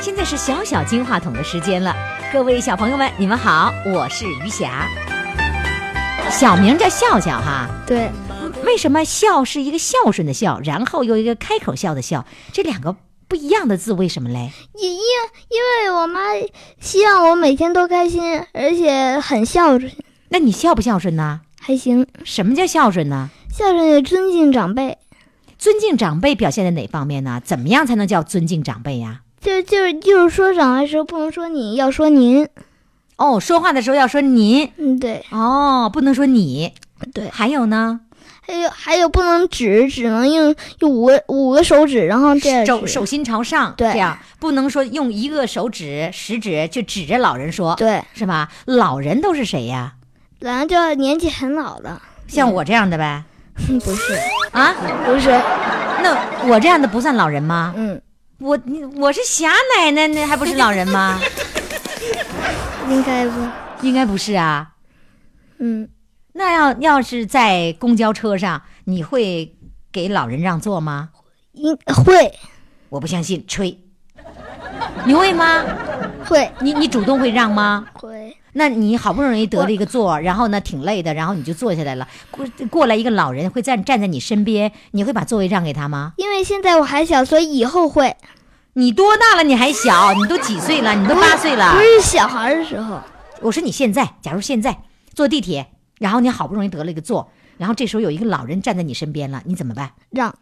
现在是小小金话筒的时间了，各位小朋友们，你们好，我是于霞，小名叫笑笑哈。对，为什么孝是一个孝顺的孝，然后又一个开口笑的笑，这两个不一样的字为什么嘞？因因因为我妈希望我每天都开心，而且很孝顺，那你孝不孝顺呢？还行。什么叫孝顺呢？孝顺也尊敬长辈，尊敬长辈表现在哪方面呢？怎么样才能叫尊敬长辈呀？就就是就是说长辈时候不能说你，要说您。哦，说话的时候要说您嗯，对哦，不能说你。对，还有呢，还有还有不能指，只能用用五个五个手指，然后这样手指手心朝上，对这样不能说用一个手指、食指去指着老人说，对，是吧？老人都是谁呀？然后就年纪很老了。 像我这样的呗？嗯不是啊，不是，那我这样的不算老人吗？嗯，我你我是霞奶奶，那还不是老人吗？ 应该不，应该不是啊。嗯，那要要是在公交车上，你会给老人让座吗？应会我不相信，吹。你会吗？会你你主动会让吗？会，那你好不容易得了一个座儿，然后呢挺累的，然后你就坐下来了。过过来一个老人会站站在你身边，你会把座位让给他吗？因为现在我还小，所以以后会。你多大了？你还小？你都几岁了？你都八岁了不？是小孩儿的时候，我说你现在，假如现在坐地铁，然后你好不容易得了一个座，然后这时候有一个老人站在你身边了，你怎么办？让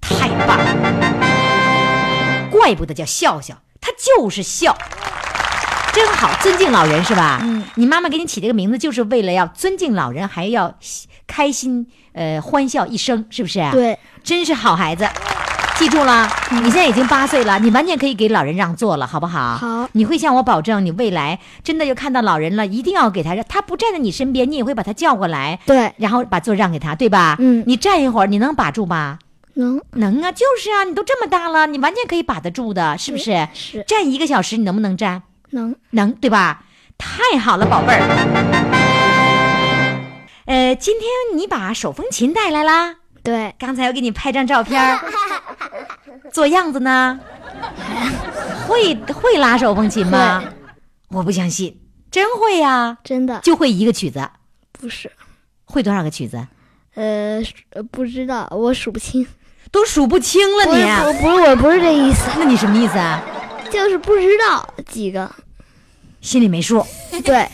太棒了！怪不得叫笑笑，他就是笑，真好，尊敬老人是吧？嗯，你妈妈给你起这个名字，就是为了要尊敬老人，还要喜开心，呃，欢笑一生，是不是、啊？，对，嗯真是好孩子。记住了，你现在已经八岁了，你完全可以给老人让座了，好不好？好，你会向我保证，你未来真的又看到老人了，一定要给他让，他不站在你身边，你也会把他叫过来，对，然后把座让给他，对吧？嗯你站一会儿，你能把住吧？能能啊，就是啊，你都这么大了，你完全可以把得住的，是不是？嗯是站一个小时，你能不能站？能，能，对吧？太好了，宝贝儿。呃，今天你把手风琴带来啦，对，刚才我给你拍张照片儿，做样子呢。会会拉手风琴吗？我不相信，真会呀、真的就会一个曲子，不是，会多少个曲子？呃，数呃不知道，我数不清。都数不清了不是你。啊不不是，我不是这意思，那你什么意思啊？就是不知道几 个。心里没数。对，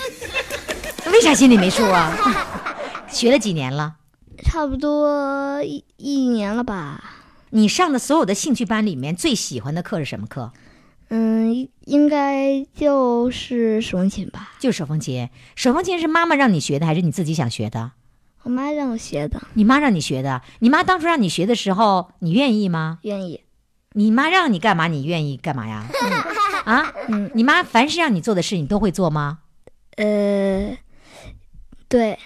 为啥心里没数啊？ 学了几年了？差不多一一年了吧。你上的所有的兴趣班里面，最喜欢的课是什么课？嗯，应该就是手风琴吧，就是手风琴。手风琴是妈妈让你学的，还是你自己想学的？我妈让我学的，你妈让你学的。你妈当初让你学的时候，你愿意吗？愿意。你妈让你干嘛，你愿意干嘛呀？啊，嗯，你妈凡是让你做的事，你都会做吗？呃，对，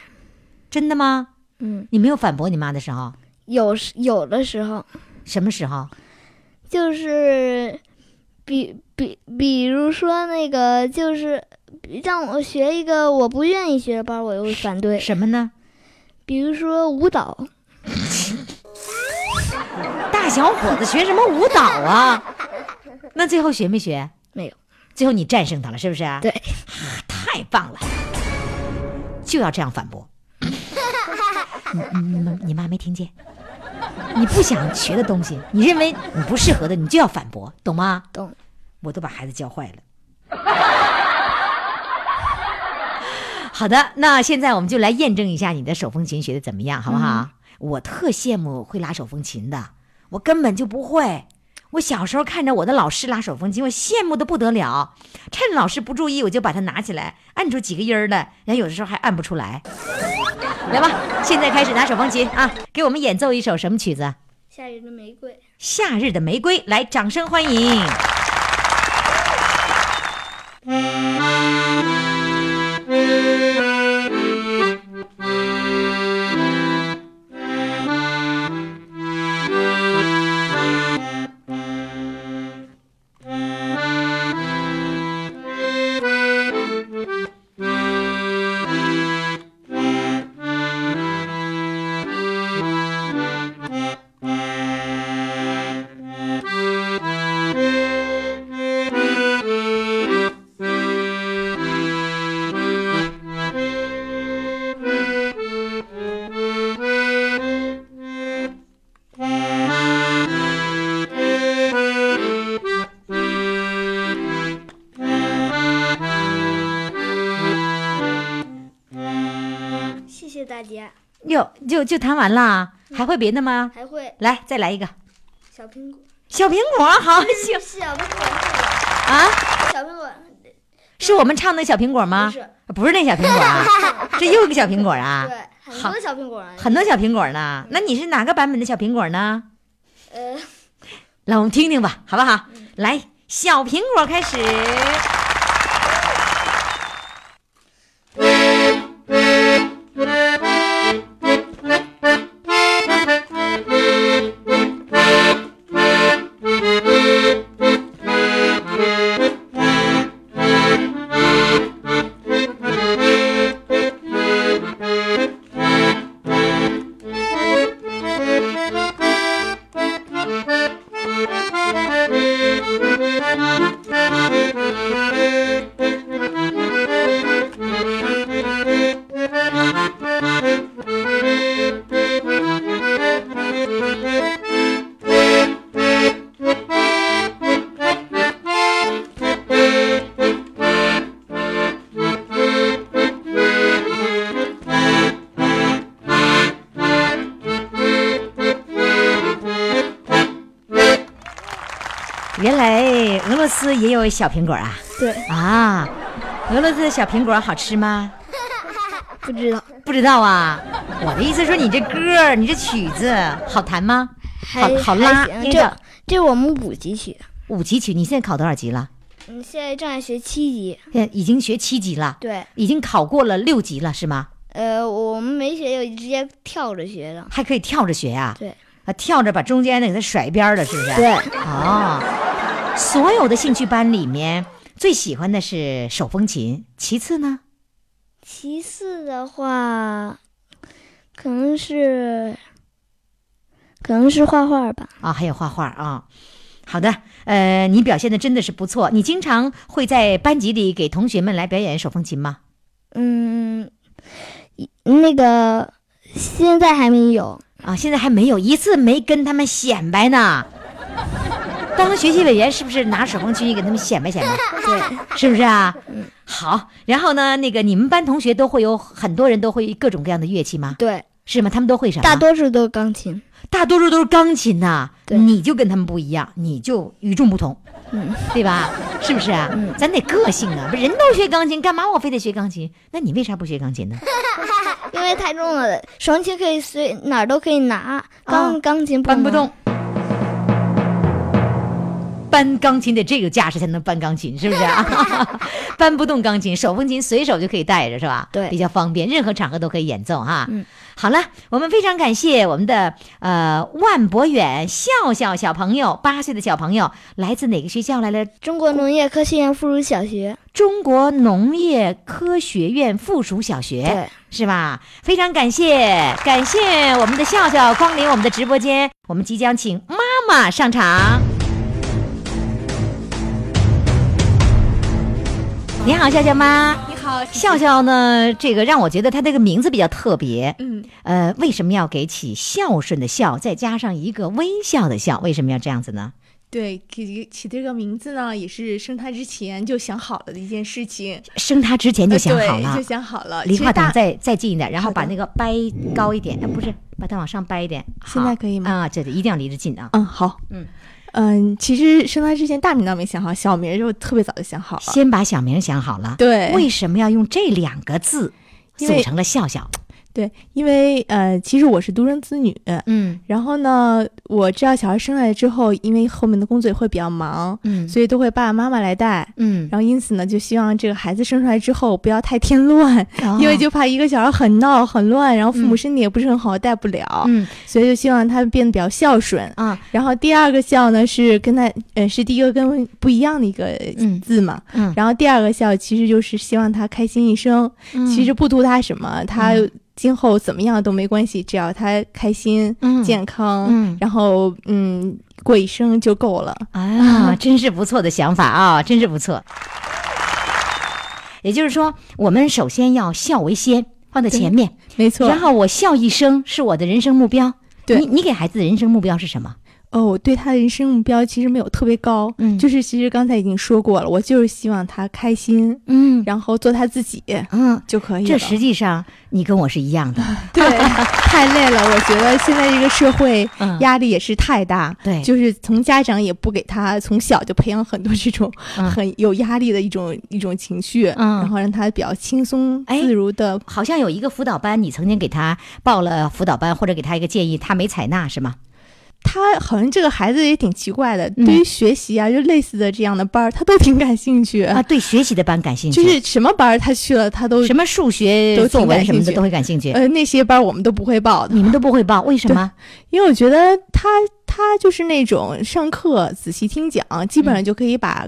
真的吗？嗯，你没有反驳你妈的时候，有时有的时候。什么时候？就是比比比如说那个，就是比让我学一个我不愿意学的班，我又反对。什么呢？比如说舞蹈，大小伙子学什么舞蹈啊？那最后学没学？没有。最后你战胜他了，是不是？对对，太棒了，就要这样反驳。你你妈你妈没听见？你不想学的东西，你认为你不适合的，你就要反驳，懂吗？懂。我都把孩子教坏了。 好的，那现在我们就来验证一下你的手风琴学的怎么样，好不好？我特羡慕会拉手风琴的，我根本就不会。我小时候看着我的老师拉手风琴，我羡慕的不得了。趁老师不注意，我就把它拿起来，按出几个音儿来，然后有的时候还按不出来。来吧，现在开始拿手风琴啊，给我们演奏一首什么曲子？夏日的玫瑰，夏日的玫瑰，来，掌声欢迎！就就弹完了，还会别的吗？还会来，再来一个小苹果，小苹果，好行小苹果会啊！了，小苹果是我们唱那小苹果吗不？是不是那小苹果啊， 这又一个小苹果啊，对，很多小苹果啊，很多小苹果呢。那你是哪个版本的小苹果呢？呃，来，我们听听吧，好不好？来，小苹果开始。原来俄罗斯也有小苹果啊 对，啊！俄罗斯的小苹果好吃吗？不知 道，不知道啊。我的意思说，你这歌儿，你这曲子好弹吗？好还好还拉，行因为这叫这是我们五级曲，五级曲。你现在考多少级了？嗯，现在正在学七级，现在已经学七级了，对，已经考过了六级了，是吗？呃，我们没学就直接跳着学的，还可以跳着学呀、对啊，跳着把中间的给它甩边儿了，是不是？对，哦，所有的兴趣班里面最喜欢的是手风琴，其次呢？其次的话，可能是，可能是画画吧。啊、还有画画啊、好的，呃，你表现的真的是不错。你经常会在班级里给同学们来表演手风琴吗？嗯，一那个现在还没有，啊，现在还没有一次没跟他们显摆呢。当学习委员是不是拿手风琴给他们显摆显 摆？对，是不是啊？好，然后呢，那个你们班同学都会有很多人都会各种各样的乐器吗？对，是吗？他们都会什么？大多数都是钢琴。大多数都是钢琴呐、对你就跟他们不一样，你就与众不同，嗯，对吧？是不是啊？嗯咱得个性啊，不人都学钢琴，干嘛我非得学钢琴？那你为啥不学钢琴呢？因为太重了，双琴可以随哪儿都可以拿，钢、钢琴啊搬不能。动。搬钢琴得这个架势才能搬钢琴，是不是 啊？搬不动钢琴，手风琴随手就可以带着，是吧？对比较方便，任何场合都可以演奏哈。嗯，好了，我们非常感谢我们的呃万博远笑笑小朋友，八岁的小朋友，来自哪个学校来了？中国农业科学院附属小学，中国农业科学院附属小学。对，是吧？非常感谢，感谢我们的笑笑光临我们的直播间，我们即将请妈妈上场。你好，笑笑妈。你好，笑笑呢，这个让我觉得她这个名字比较特别。嗯，呃，为什么要给起孝顺的孝，再加上一个微笑的笑？为什么要这样子呢？对，起起这个名字呢，也是生他之前就想好了的一件事情，呃生他之前就想好对了就。想好了。离其实话筒大再再近一点，然后好的把那个掰高一点，呃不是，把它往上掰一点。现在可以以吗？啊，这对，一定要离着近啊。嗯，好，嗯嗯，其实生他之前大名倒没想好，小名儿就特别早就想好了。先把小名想好了，对，为什么要用这两个字因为组成了笑笑？对，因为呃，其实我是独生子女，呃嗯然后呢，我知道小孩生下来之后，因为后面的工作也会比较忙，嗯所以都会爸爸妈妈来带。嗯，然后因此呢，就希望这个孩子生出来之后不要太添乱，因为就怕一个小孩很闹很乱，然后父母啊嗯身体也不是很好，带不了，嗯所以就希望他变得比较孝顺。啊然后第二个孝呢是跟他，呃，是第一个跟不一样的一个嗯字嘛。嗯，然后第二个孝其实就是希望他开心一生，其实不图他什么，他嗯今后怎么样都没关系，只要他开心、嗯健康，嗯然后嗯过一生就够了。啊，真是不错的想法啊，真是不错。也就是说，我们首先要孝为先，放在前面，没错然，后我孝一生是我的人生目标。对你你给孩子的人生目标是什么？呃，我对他的人生目标其实没有特别高，嗯就是其实刚才已经说过了，我就是希望他开心，嗯然后做他自己嗯，就可以了。这实际上你跟我是一样的，对， 太累了。我觉得现在这个社会嗯，压力也是太大，对，就是从家长也不给他从小就培养很多这种嗯很有压力的一种一种情绪，嗯然后让他比较轻松哎自如的。好像有一个辅导班，你曾经给他报了辅导班，或者给他一个建议，他没采纳是吗？他好像这个孩子也挺奇怪的，嗯对于学习啊，就类似的这样的班儿，他都挺感兴趣。啊，对学习的班感兴趣，呃就是什么班儿他去了，他都什么数学都挺作文感什么兴的趣都会感兴趣，呃那些班儿我们都不会报的，你们都不会报，为什么？因为我觉得他他就是那种上课仔细听讲，基嗯本上就可以把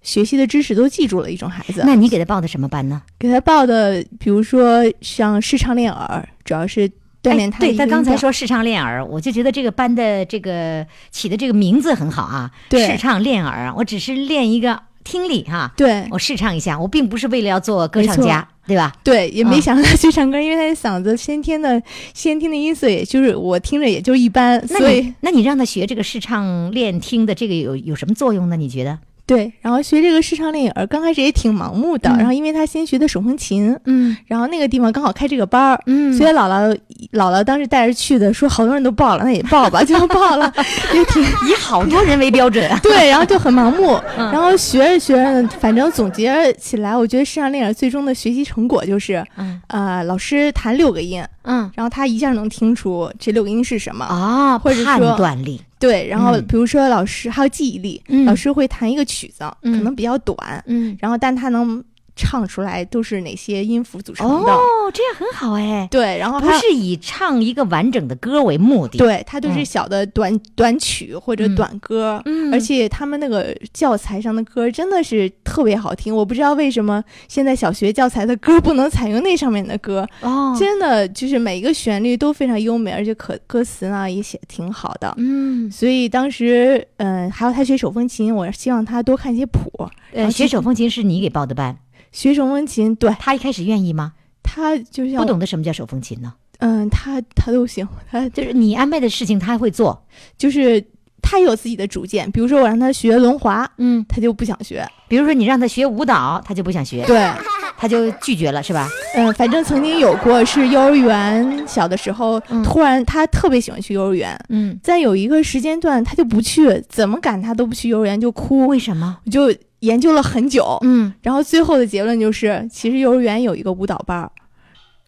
学习的知识都记住了一种孩子。那你给他报的什么班呢？给他报的，比如说像视唱练耳，主要是锻哎炼他的对一他个音刚才调说视唱练耳，我就觉得这个班的这个起的这个名字很好啊，对视唱练耳，我只是练一个听力哈、对我试唱一下，我并不是为了要做歌没唱错家，对吧？对，也没嗯想到他去唱歌，因为他的嗓子先天的先天的音色，也就是我听着也就一般，那所以你那你让他学这个视唱练听的这个有有什么作用呢？你觉得？对，然后学这个视唱练耳，刚开始也挺盲目的，嗯然后因为他先学的手风琴，嗯然后那个地方刚好开这个班儿。嗯所以姥姥姥姥当时带着去的，说好多人都报了，那也报 吧，就报了，也挺以好多人为标准，对，然后就很盲目，嗯然后学着学着呢，反正总结起来，我觉得视唱练耳最终的学习成果就是，嗯呃，老师弹六个音，嗯然后他一下能听出这六个音是什么。啊，或者说判断力，对，然后嗯比如说老师还有记忆力，嗯老师会弹一个曲子，嗯可能比较短，嗯然后但他能唱出来都是哪些音符组成的。哦，这样很好哎，对，然后不还有是以唱一个完整的歌为目的，，对，他都是嗯小的短、短曲或者嗯短歌。嗯，而且他们那个教材上的歌真的是特别好听，我不知道为什么现在小学教材的歌不能采用那上面的歌，哦，真的就是每一个旋律都非常优美，而且可歌词呢也写得挺好的。嗯，所以当时，嗯、还有他学手风琴，我希望他多看一些谱。呃，然后学其实手风琴是你给报的班，学手风琴，对他一开始愿意吗？他就像不，懂得什么叫手风琴呢？嗯、他他都行，他就是你安排的事情他会做，就是他也有自己的主见。比如说我让他学轮滑，嗯，他就不想学。比如说你让他学舞蹈，他就不想学，对，他就拒绝了，是吧？嗯、反正曾经有过是幼儿园小的时候，嗯突然他特别喜欢去幼儿园，嗯，在有一个时间段他就不去，怎么赶他都不去幼儿园就哭，嗯为什么？我就研究了很久，嗯然后最后的结论就是，其实幼儿园有一个舞蹈班儿，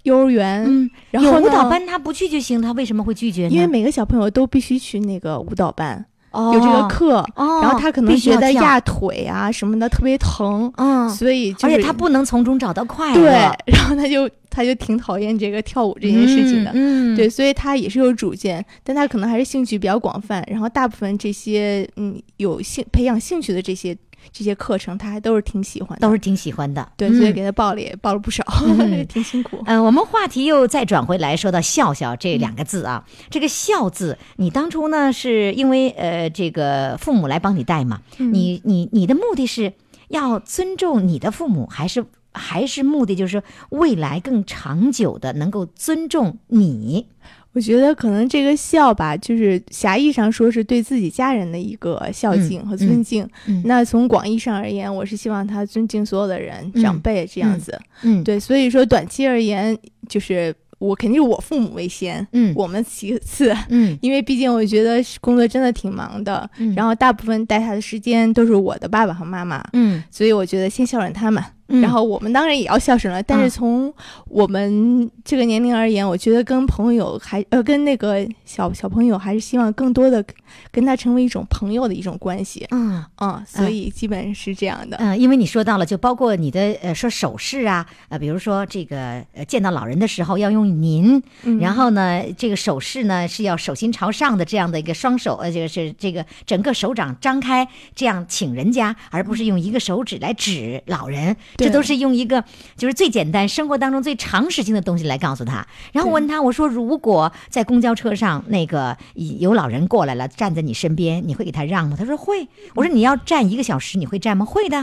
幼儿园，嗯，然后有呢舞蹈，班他不去就行，他为什么会拒绝呢？因为每个小朋友都必须去那个舞蹈班，哦有这个课，哦，然后他可能必须觉要得跳压腿啊什么的特别疼，嗯，所以就而是且他不能从中找到快乐，对，然后他就他就挺讨厌这个跳舞这件事情的。嗯，嗯对，，所以他也是有主见，但他可能还是兴趣比较广泛。然后大部分这些，嗯，有兴培养兴趣的这些这些课程，他还都是挺喜欢的，都是挺喜欢的，对，所以嗯给他报了也报了不少， 嗯挺辛苦。呃，我们话题又再转回来，说到“笑笑”这两个字啊，这个“笑”字，你当初呢是因为呃，这个父母来帮你带嘛？嗯你你你的目的是要尊重你的父母，还是还是目的就是未来更长久的能够尊重你？我觉得可能这个孝吧，就是狭义上说是对自己家人的一个孝敬和尊敬。嗯嗯那从广义上而言，我是希望他尊敬所有的人、嗯长辈这样子。嗯，，对，所以说短期而言，就是我肯定是我父母为先，嗯我们其次，嗯因为毕竟我觉得是工作真的挺忙的，嗯，然后大部分带他的时间都是我的爸爸和妈妈。嗯，所以我觉得先孝顺他们，嗯然后我们当然也要孝顺了。但是从我们这个年龄而言，我觉得跟朋友还呃跟那个小小朋友还是希望更多的跟他成为一种朋友的一种关系嗯。啊、所以基本是这样的。嗯、因为你说到了，就包括你的呃说手势啊，呃，比如说这个呃见到老人的时候要用您，嗯然后呢，这个手势呢是要手心朝上的这样的一个双手，呃，这个是这个整个手掌张开，这样请人家，而不是用一个手指来指老人。这对都是用一个就是最简单生活当中最常识性的东西来告诉他。然后我对问他，我说如果在公交车上那个一有老人过来了，站在你身边，你会给他让吗？他说会。我说你要站一个小时，你会站吗？会 的。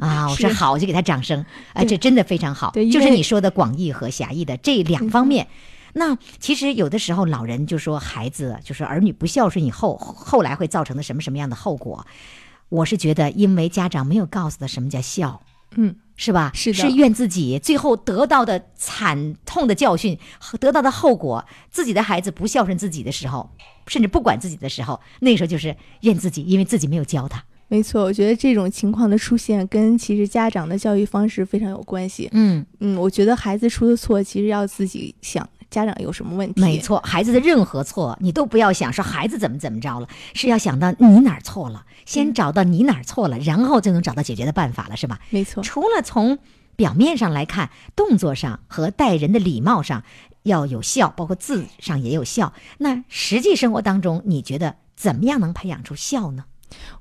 啊，我说是好，我就给他掌声。哎，对这真的非常好，对因就是为你说的广义和狭义的这两方面。那其实有的时候老人就说孩子就是儿女不孝顺以后，后来会造成的什么什么样的后果？啊我是觉得，因为家长没有告诉他什么叫孝，嗯，是吧？是的是怨自己，最后得到的惨痛的教训，得到的后果，自己的孩子不孝顺自己的时候，甚至不管自己的时候，那个时候就是怨自己，因为自己没有教他。没错，我觉得这种情况的出现跟其实家长的教育方式非常有关系。嗯，嗯，我觉得孩子出的错，其实要自己想家长有什么问题。没，错，孩子的任何错，你都不要想说孩子怎么怎么着了，是要想到你哪儿错了，先嗯找到你哪儿错了，然后就能找到解决的办法了，是吧？没错，除了从表面上来看，动作上和待人的礼貌上要有效，包括字上也有效。那实际生活当中，你觉得怎么样能培养出孝呢？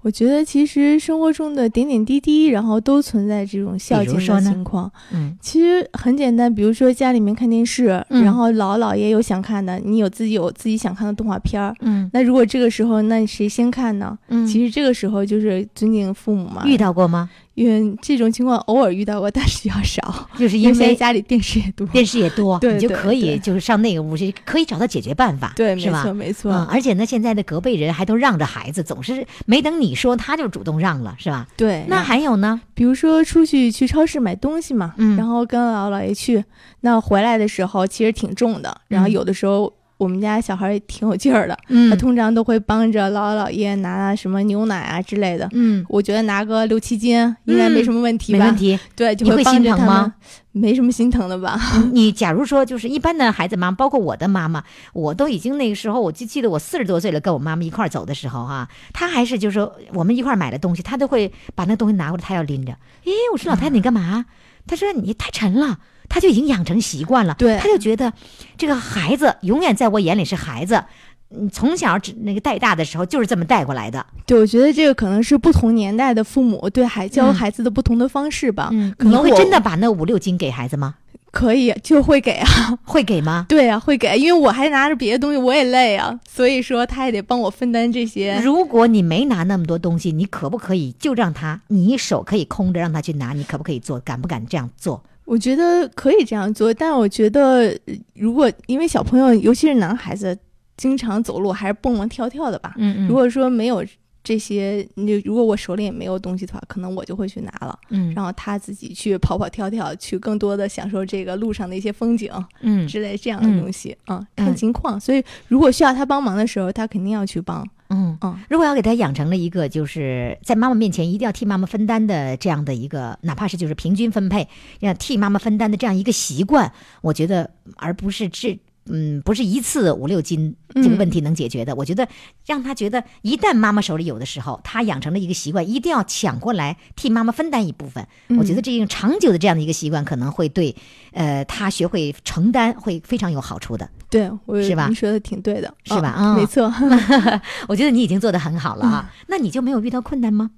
我觉得其实生活中的点点滴滴，然后都存在这种孝比如敬说的呢情况。嗯，其实很简单，比如说家里面看电视，嗯然后姥姥爷有想看的，你有自己有自己想看的动画片儿。嗯那如果这个时候，那谁先看呢？嗯其实这个时候就是尊敬父母嘛，遇到过吗？因为这种情况偶尔遇到过，但是比较少，就是因因为现在为家里电视也多。 电视也多，对你就对可以对就是上那个屋去，可以找到解决办法，对，没是吧错，？没错。嗯，而且呢，现在的隔辈人还都让着孩子，总是没等你说，他就主动让了，是吧？对，那还有呢？比如说出去去超市买东西嘛，嗯然后跟姥姥姥爷去，那回来的时候其实挺重的，然后嗯有的时候我们家小孩也挺有劲儿的，他嗯通常都会帮着姥姥姥爷拿什么牛奶啊之类的。嗯，我觉得拿个六七斤应该没什么问题没吧？问题。对，就你会帮心着疼他们吗？没什么心疼的吧？ 你假如说就是一般的孩子妈，包括我的妈妈，我都已经那个时候，我就记得我四十多岁了，跟我妈妈一块儿走的时候哈、她还是就是说我们一块儿买的东西，她都会把那东西拿过来，她要拎着。诶，我说老嗯太太你干嘛？她说你太沉了。她就已经养成习惯了，对她就觉得这个孩子永远在我眼里是孩子，嗯，从小只那个带大的时候就是这么带过来的，啊对，我觉得这个可能是不同年代的父母对孩教嗯孩子的不同的方式吧。嗯，可你能会我真的把那五六斤给孩子吗？可以就会给啊， 会给吗？对啊，会给，因为我还拿着别的东西，我也累啊，所以说他也得帮我分担这些。如果你没拿那么多东西，你可不可以就让他，你手可以空着让他去拿，你可不可以做？敢不敢这样做？我觉得可以这样做，但我觉得呃如果因为小朋友，尤其是男孩子，经常走路还是蹦蹦跳跳的吧。嗯如果说没有这些，你如果我手里也没有东西的话，可能我就会去拿了，嗯然后他自己去跑跑跳跳，去更多的享受这个路上的一些风景嗯之类这样的嗯东西啊、嗯看情况。所以如果需要他帮忙的时候，他肯定要去帮。嗯嗯如果要给他养成了一个就是在妈妈面前一定要替妈妈分担的这样的一个，哪怕是就是平均分配，要替妈妈分担的这样一个习惯，我觉得而不是这。嗯，不是一次五六斤这个问题能解决的。我觉得让他觉得，一旦妈妈手里有的时候，他养成了一个习惯，一定要抢过来替妈妈分担一部分。嗯我嗯觉得这种长久的这样的一个习惯，可能会对，呃，他学会承担会非常有好处的。对，我是吧你说的挺对的，是吧嗯嗯没错。 嗯我觉得你已经做得很好了啊，那你就没有遇到困难吗？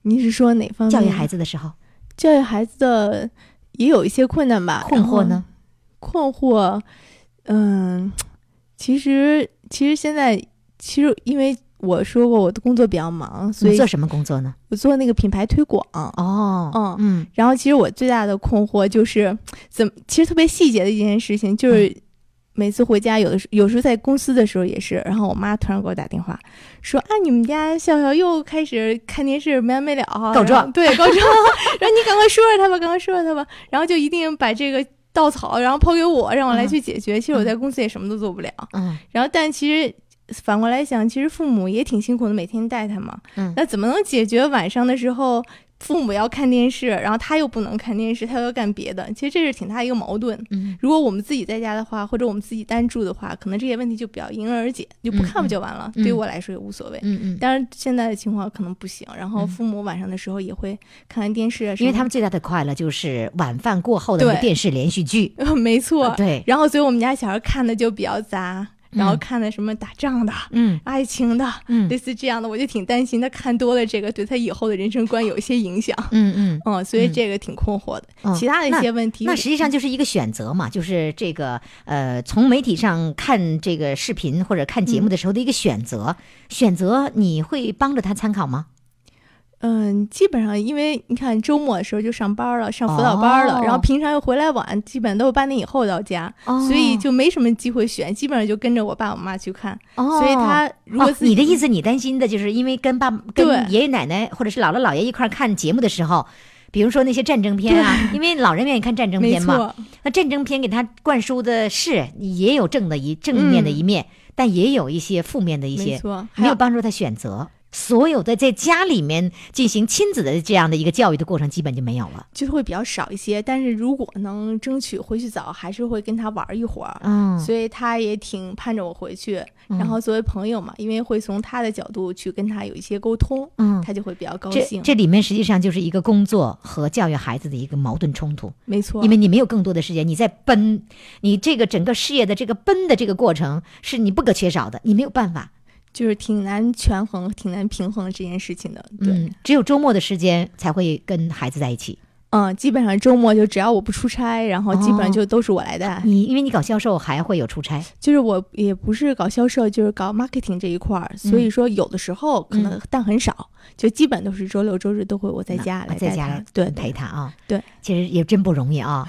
你是说哪方面？教育孩子，子的时候，教育孩子的也有一些困难吧？困惑呢？？困惑，嗯，其实其实现在其实因为我说过我的工作比较忙，所你以做什么工作呢？我做那个品牌推广。哦，嗯然后其实我最大的困惑就是怎么，其实特别细节的一件事情嗯就是。每次回家，有的时有时候在公司的时候也是，然后我妈突然给我打电话，说啊，你们家笑笑又开始看电视没完没了，啊告状然后对，告状， 然后你赶快说说他吧，赶快说说他吧，然后就一定把这个稻草，然后抛给我，让我来嗯去解决。其实我在公司也什么都做不了，嗯然后但其实反过来想，其实父母也挺辛苦的，每天带他嘛。嗯那怎么能解决晚上的时候父母要看电视，然后他又不能看电视，他又要干别的？其实这是挺大一个矛盾。嗯如果我们自己在家的话，或者我们自己单住的话，可能这些问题就比较迎刃而解，就不看不就完了。嗯嗯对于我来说也无所谓。嗯嗯，当然，现在的情况可能不行。然后嗯父母晚上的时候也会看看电视啊什因么的，为他们最大的快乐就是晚饭过后的那个对电视连续剧。们 没错。啊对，然后，所以我们家小孩看的就比较杂，然后嗯看的什么打仗的、嗯爱情的，嗯类似这样的，我就挺担心他看多了这个，对他以后的人生观有一些影响。嗯嗯。嗯，所以嗯这个挺困惑的。嗯其他的一些问题，那实际上就是一个选择嘛，就是这个呃，从媒体上看这个视频嗯或者看节目的时候的一个选择，选择你会帮着他参考吗？嗯，基本上因为你看周末的时候就上班了，上辅导班了，哦然后平常又回来晚，基本都是八点以后到家，哦所以就没什么机会选，基本上就跟着我爸我妈去看。哦所以他如果嗯哦自己、你的意思，你担心的就是因为跟爸对跟爷爷奶奶或者是姥姥姥爷一块儿看节目的时候，比如说那些战争片啊，因为老人愿意看战争没片嘛，错，那战争片给他灌输的是也有正的一正面的一面，但也有一些负面的一嗯没些，错，还没有有帮助他选择。所有的在家里面进行亲子的这样的一个教育的过程，基本就没有了。就会比较少一些。但是如果能争取回去早，还是会跟他玩一会儿。嗯，所以他也挺盼着我回去，嗯然后作为朋友嘛，因为会从他的角度去跟他有一些沟通，嗯，他就会比较高这兴。这里面实际上就是一个工作和教育孩子的一个矛盾冲突。没错，因为你没有更多的时间，你在奔，你这个整个事业的这个奔的这个过程是你不可缺少的，你没有办法。就是挺难权衡、挺难平衡这件事情的。对，嗯，只有周末的时间才会跟孩子在一起。嗯基本上周末就只要我不出差，然后基本哦上就都是我来带。你因为你搞销售还会有出差， 就是我也不是搞销售，就是搞 marketing 这一块儿，嗯所以说有的时候可能、但很少，就基本都是周六周日都会我在家那来在带家他来。对，陪他啊。对，其实也真不容易啊。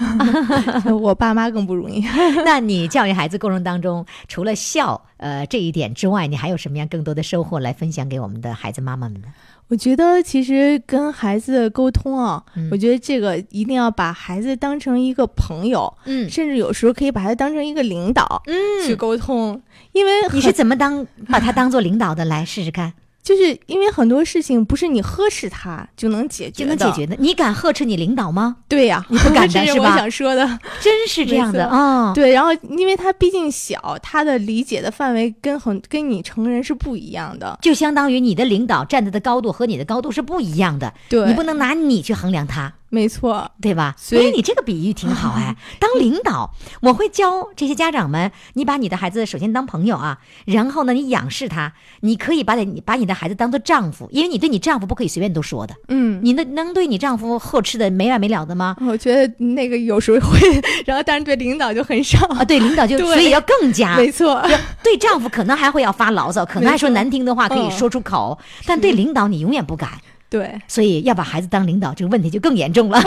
对 我爸妈更不容易。 那你教育孩子过程当中，除了笑呃这一点之外，你还有什么样更多的收获来分享给我们的孩子妈妈们呢？我觉得其实跟孩子的沟通啊，嗯我觉得这个一定要把孩子当成一个朋友，嗯甚至有时候可以把他当成一个领导、去嗯，沟通，因为你很是怎么当把他当做领导的？来试试 看，就是因为很多事情不是你呵斥他就能解决就的，能解决的。你敢呵斥你领导 吗？对呀、你不敢的这是是我吧啊想说的。真是这样的没错啊。对，然后因为他毕竟小，他的理解的范围跟很跟你成人是不一样的。就相当于你的领导站在的高度和你的高度是不一样的，对，你不能拿你去衡量他，没错，对吧？所以哎你这个比喻挺好 哎。当领导，我会教这些家长们，你把你的孩子首先当朋友啊，然后呢，你仰视他，你可以把你把你的孩子当做丈夫，因为你对你丈夫不可以随便都说的，嗯。你能能对你丈夫呵斥的没完没了的 吗？我觉得那个有时候会， 然后但是对领导就很少，啊，对，领导就对所以要更加没错，对丈夫可能还会要发牢骚，可能还说没错难听的话可以嗯说出口，但对领导你永远不敢。对，所以要把孩子当领导，这个问题就更严重 了，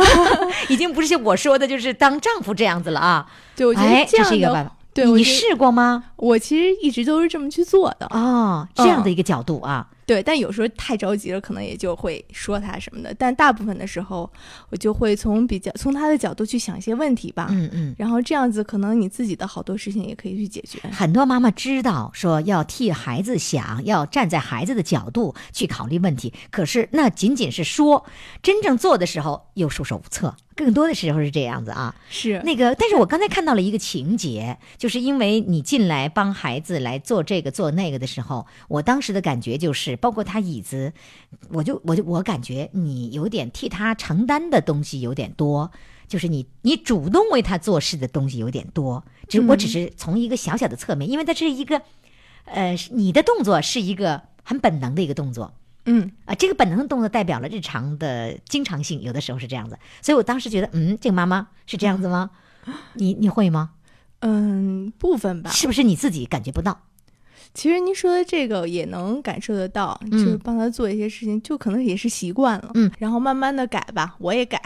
已经不是像我说的，就是当丈夫这样子了啊。对，我觉哎得这样是一个办的，法。对，你我你觉得试过吗？我其实一直都是这么去做的，哦，这样的一个角度啊，对，但有时候太着急了，可能也就会说他什么的，但大部分的时候，我就会从比较从他的角度去想一些问题吧，嗯嗯。然后这样子可能你自己的好多事情也可以去解决，很多妈妈知道说要替孩子想，要站在孩子的角度去考虑问题，可是那仅仅是说，真正做的时候又束手无策。更多的时候是这样子啊，是那个，但是我刚才看到了一个情节，就是因为你进来帮孩子来做这个做那个的时候，我当时的感觉就是，包括他椅子，我就我就我感觉你有点替他承担的东西有点多，就是你你主动为他做事的东西有点多。只我只是从一个小小的侧面，因为它是一个，呃，是你的动作是一个很本能的一个动作，嗯，啊，这个本能的动作代表了日常的经常性，有的时候是这样子，所以我当时觉得，嗯，这个妈妈是这样子吗？你你会吗？嗯，部分吧。是不是你自己感觉不到？其实您说的这个也能感受得到，嗯就是帮他做一些事情，就可能也是习惯了，嗯，啊然后慢慢的改吧，我也改，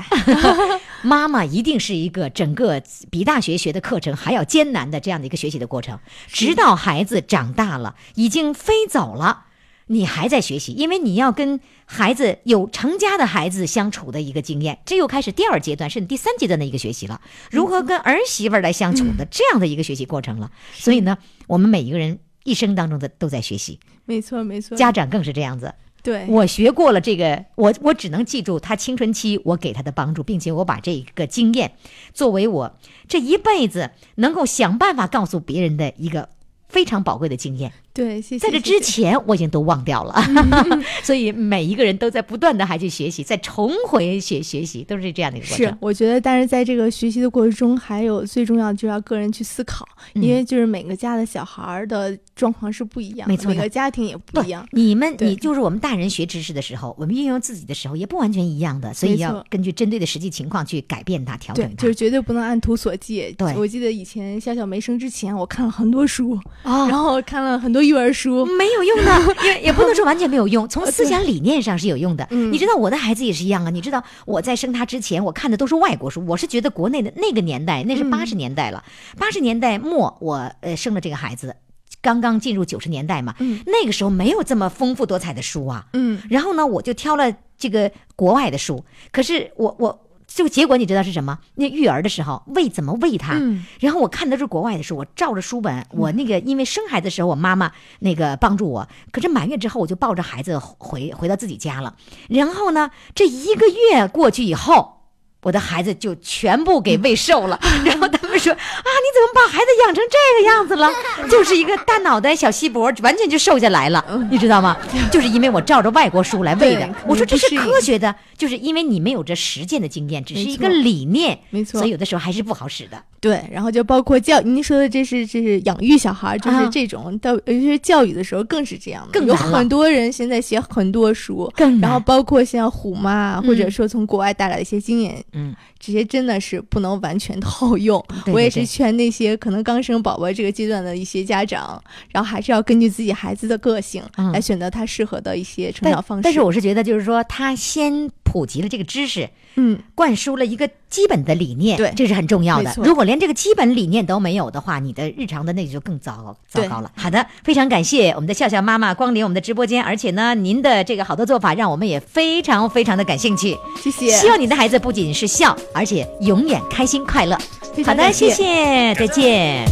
妈妈一定是一个整个比大学学的课程还要艰难的这样的一个学习的过程，直到孩子长大了，已经飞走了。你还在学习，因为你要跟孩子有成家的孩子相处的一个经验，这又开始第二阶段甚至第三阶段的一个学习了，如何跟儿媳妇儿来相处的这样的一个学习过程了。所以呢，我们每一个人一生当中的都在学习，没错没错，家长更是这样子。对，我学过了这个，我我只能记住他青春期我给他的帮助，并且我把这个经验作为我这一辈子能够想办法告诉别人的一个非常宝贵的经验。对，谢谢。在这之谢谢，前，我已经都忘掉 了，所以每一个人都在不断的还去学习，再重回学学习，都是这样的一个过是程。我觉得，但是在这个学习的过程中，还有最重要的就是要个人去思考，嗯因为就是每个家的小孩儿的状况是不一样的，没错的每个家庭也不一样。你们，对你就是我们大人学知识的时候，我们运用自己的时候也不完全一样的，所以没错要根据针对的实际情况去改变它、调对整，它。就是绝对不能按图索骥。对我记得以前小小没生之前，我看了很多书，啊然，后看了很多育儿书，没有用 的，也也不能说完全没有用，从思想理念上是有用的。呃嗯你知道我的孩子也是一样啊，你知道我在生他之前，我看的都是外国书，我是觉得国内的那个年代，那是嗯八十年代了，八十、年代末我呃生了这个孩子，刚刚进入九十年代嘛，嗯那个时候没有这么丰富多彩的书啊，嗯然后呢，我就挑了这个国外的书，可是我我就结果你知道是什么？那育儿的时候喂怎么喂它？嗯然后我看的是国外的书，我照着书本，我那个因为生孩子的时候，我妈妈那个帮助我，可是满月之后我就抱着孩子回回到自己家了。然后呢，这一个月过去以后。我的孩子就全部给喂瘦 了，然后他们说啊，你怎么把孩子养成这个样子 了？就是一个大脑袋小细脖，完全就瘦下来了，你知道吗？ 就是因为我照着外国书来喂的嗯对。我说这是可能不适应科学的，就是因为你没有这实践的经验，只是一个没错理念，没错所以有的时候还是不好使的。对，然后就包括教，您说的这是这是养育小孩儿，就啊是这种到、尤其是教育的时候更是这样的，更有难了很多人现在写很多书，更然后难。包括像虎妈、啊或者嗯说从国外带来的一些经验，嗯，这些真的是不能完全套用。对我也对是劝那些可能刚生宝宝这个阶段的一些家长，然后还是要根据自己孩子的个性嗯来选择他适合的一些成长但方式。但是我是觉得，就是说，他先普及了这个知识，嗯，灌输了一个基本的理念，对这是很重要的没。错如果连这个基本理念都没有的话，你的日常的那就更糟糕糟对糕了。好的，非常感谢我们的笑笑妈妈光临我们的直播间，而且呢，您的这个好多做法让我们也非常非常的感兴趣。谢谢，希望你的孩子不仅是笑，而且永远开心快乐。非好常的，感谢谢，再见。